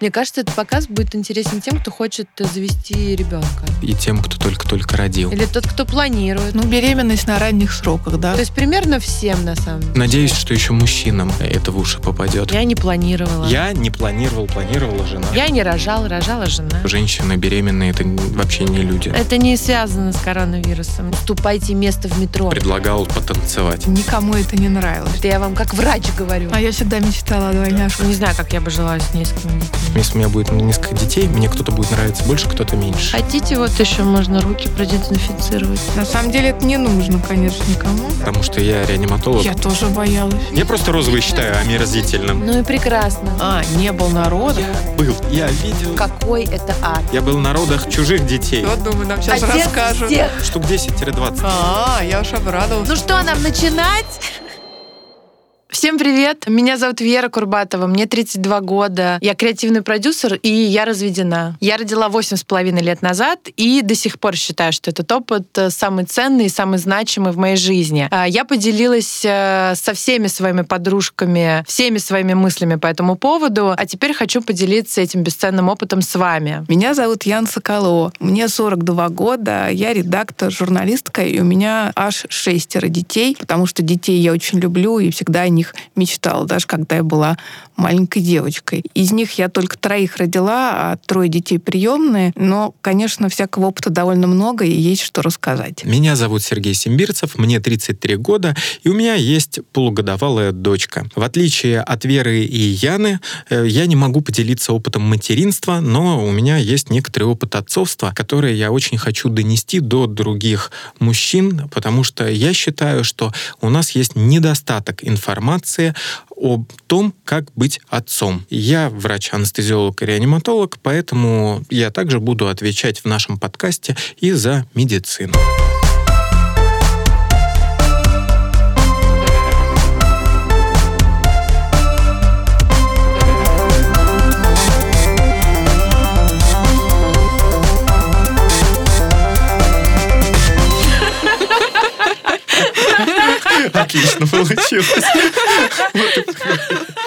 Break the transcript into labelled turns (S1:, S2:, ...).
S1: Мне кажется, этот показ будет интересен тем, кто хочет завести ребенка.
S2: И тем, кто только-только родил.
S1: Или тот, кто планирует.
S3: Ну, беременность на ранних сроках, да.
S1: То есть примерно всем, на самом деле.
S2: Надеюсь, что еще мужчинам это в уши попадет.
S1: Ну, Я не планировала.
S2: Я не планировал, планировала жена.
S1: Я не рожала, рожала жена.
S2: Женщины беременные это вообще не люди.
S1: Это не связано с коронавирусом. Уступайте место в метро.
S2: Предлагал потанцевать.
S3: Никому это не нравилось.
S1: Это я вам как врач говорю.
S3: А я всегда мечтала о двойняшке.
S1: Не знаю, как я бы жила с несколькими детьми.
S2: Если у меня будет несколько детей, мне кто-то будет нравиться больше, кто-то
S1: А
S2: меньше.
S1: Хотите, вот еще можно руки продезинфицировать.
S3: На самом деле это не нужно, конечно, никому.
S2: Потому что я реаниматолог.
S3: Я тоже боялась.
S2: Я просто розовый считаю а омерзительным.
S1: Ну и прекрасно.
S3: А, не был народа.
S2: Я был, я видел.
S1: Какой это ад.
S2: Я был на родах чужих детей.
S3: Вот думаю, нам сейчас
S1: Отец
S3: расскажут.
S1: всех.
S2: Штук 10-20.
S3: А, я уж обрадовалась.
S1: Ну что, нам начинать? Всем привет! Меня зовут Вера Курбатова, мне 32 года. Я креативный продюсер, и я разведена. Я родила восемь с половиной лет назад, и до сих пор считаю, что этот опыт э, самый ценный и самый значимый в моей жизни. А, Я поделилась э, со всеми своими подружками, всеми своими мыслями по этому поводу, а теперь хочу поделиться этим бесценным опытом с вами.
S3: Меня зовут Ян Соколова. Мне 42 года, я редактор, журналистка, и у меня аж шестеро детей, потому что детей я очень люблю и всегда о них мечтала, даже когда я была маленькой девочкой. Из них я только троих родила, а трое детей приемные, но, конечно, всякого опыта довольно много и есть что рассказать.
S2: Меня зовут Сергей Симбирцев, мне 33 года, и у меня есть полугодовалая дочка. В отличие от Веры и Яны, э, я не могу поделиться опытом материнства, но у меня есть некоторый опыт отцовства, который я очень хочу донести до других мужчин, потому что я считаю, что у нас есть недостаток информации о том, как быть отцом. Я врач-анестезиолог и реаниматолог, поэтому я также буду отвечать в нашем подкасте и за медицину. Отлично получилось. Вот и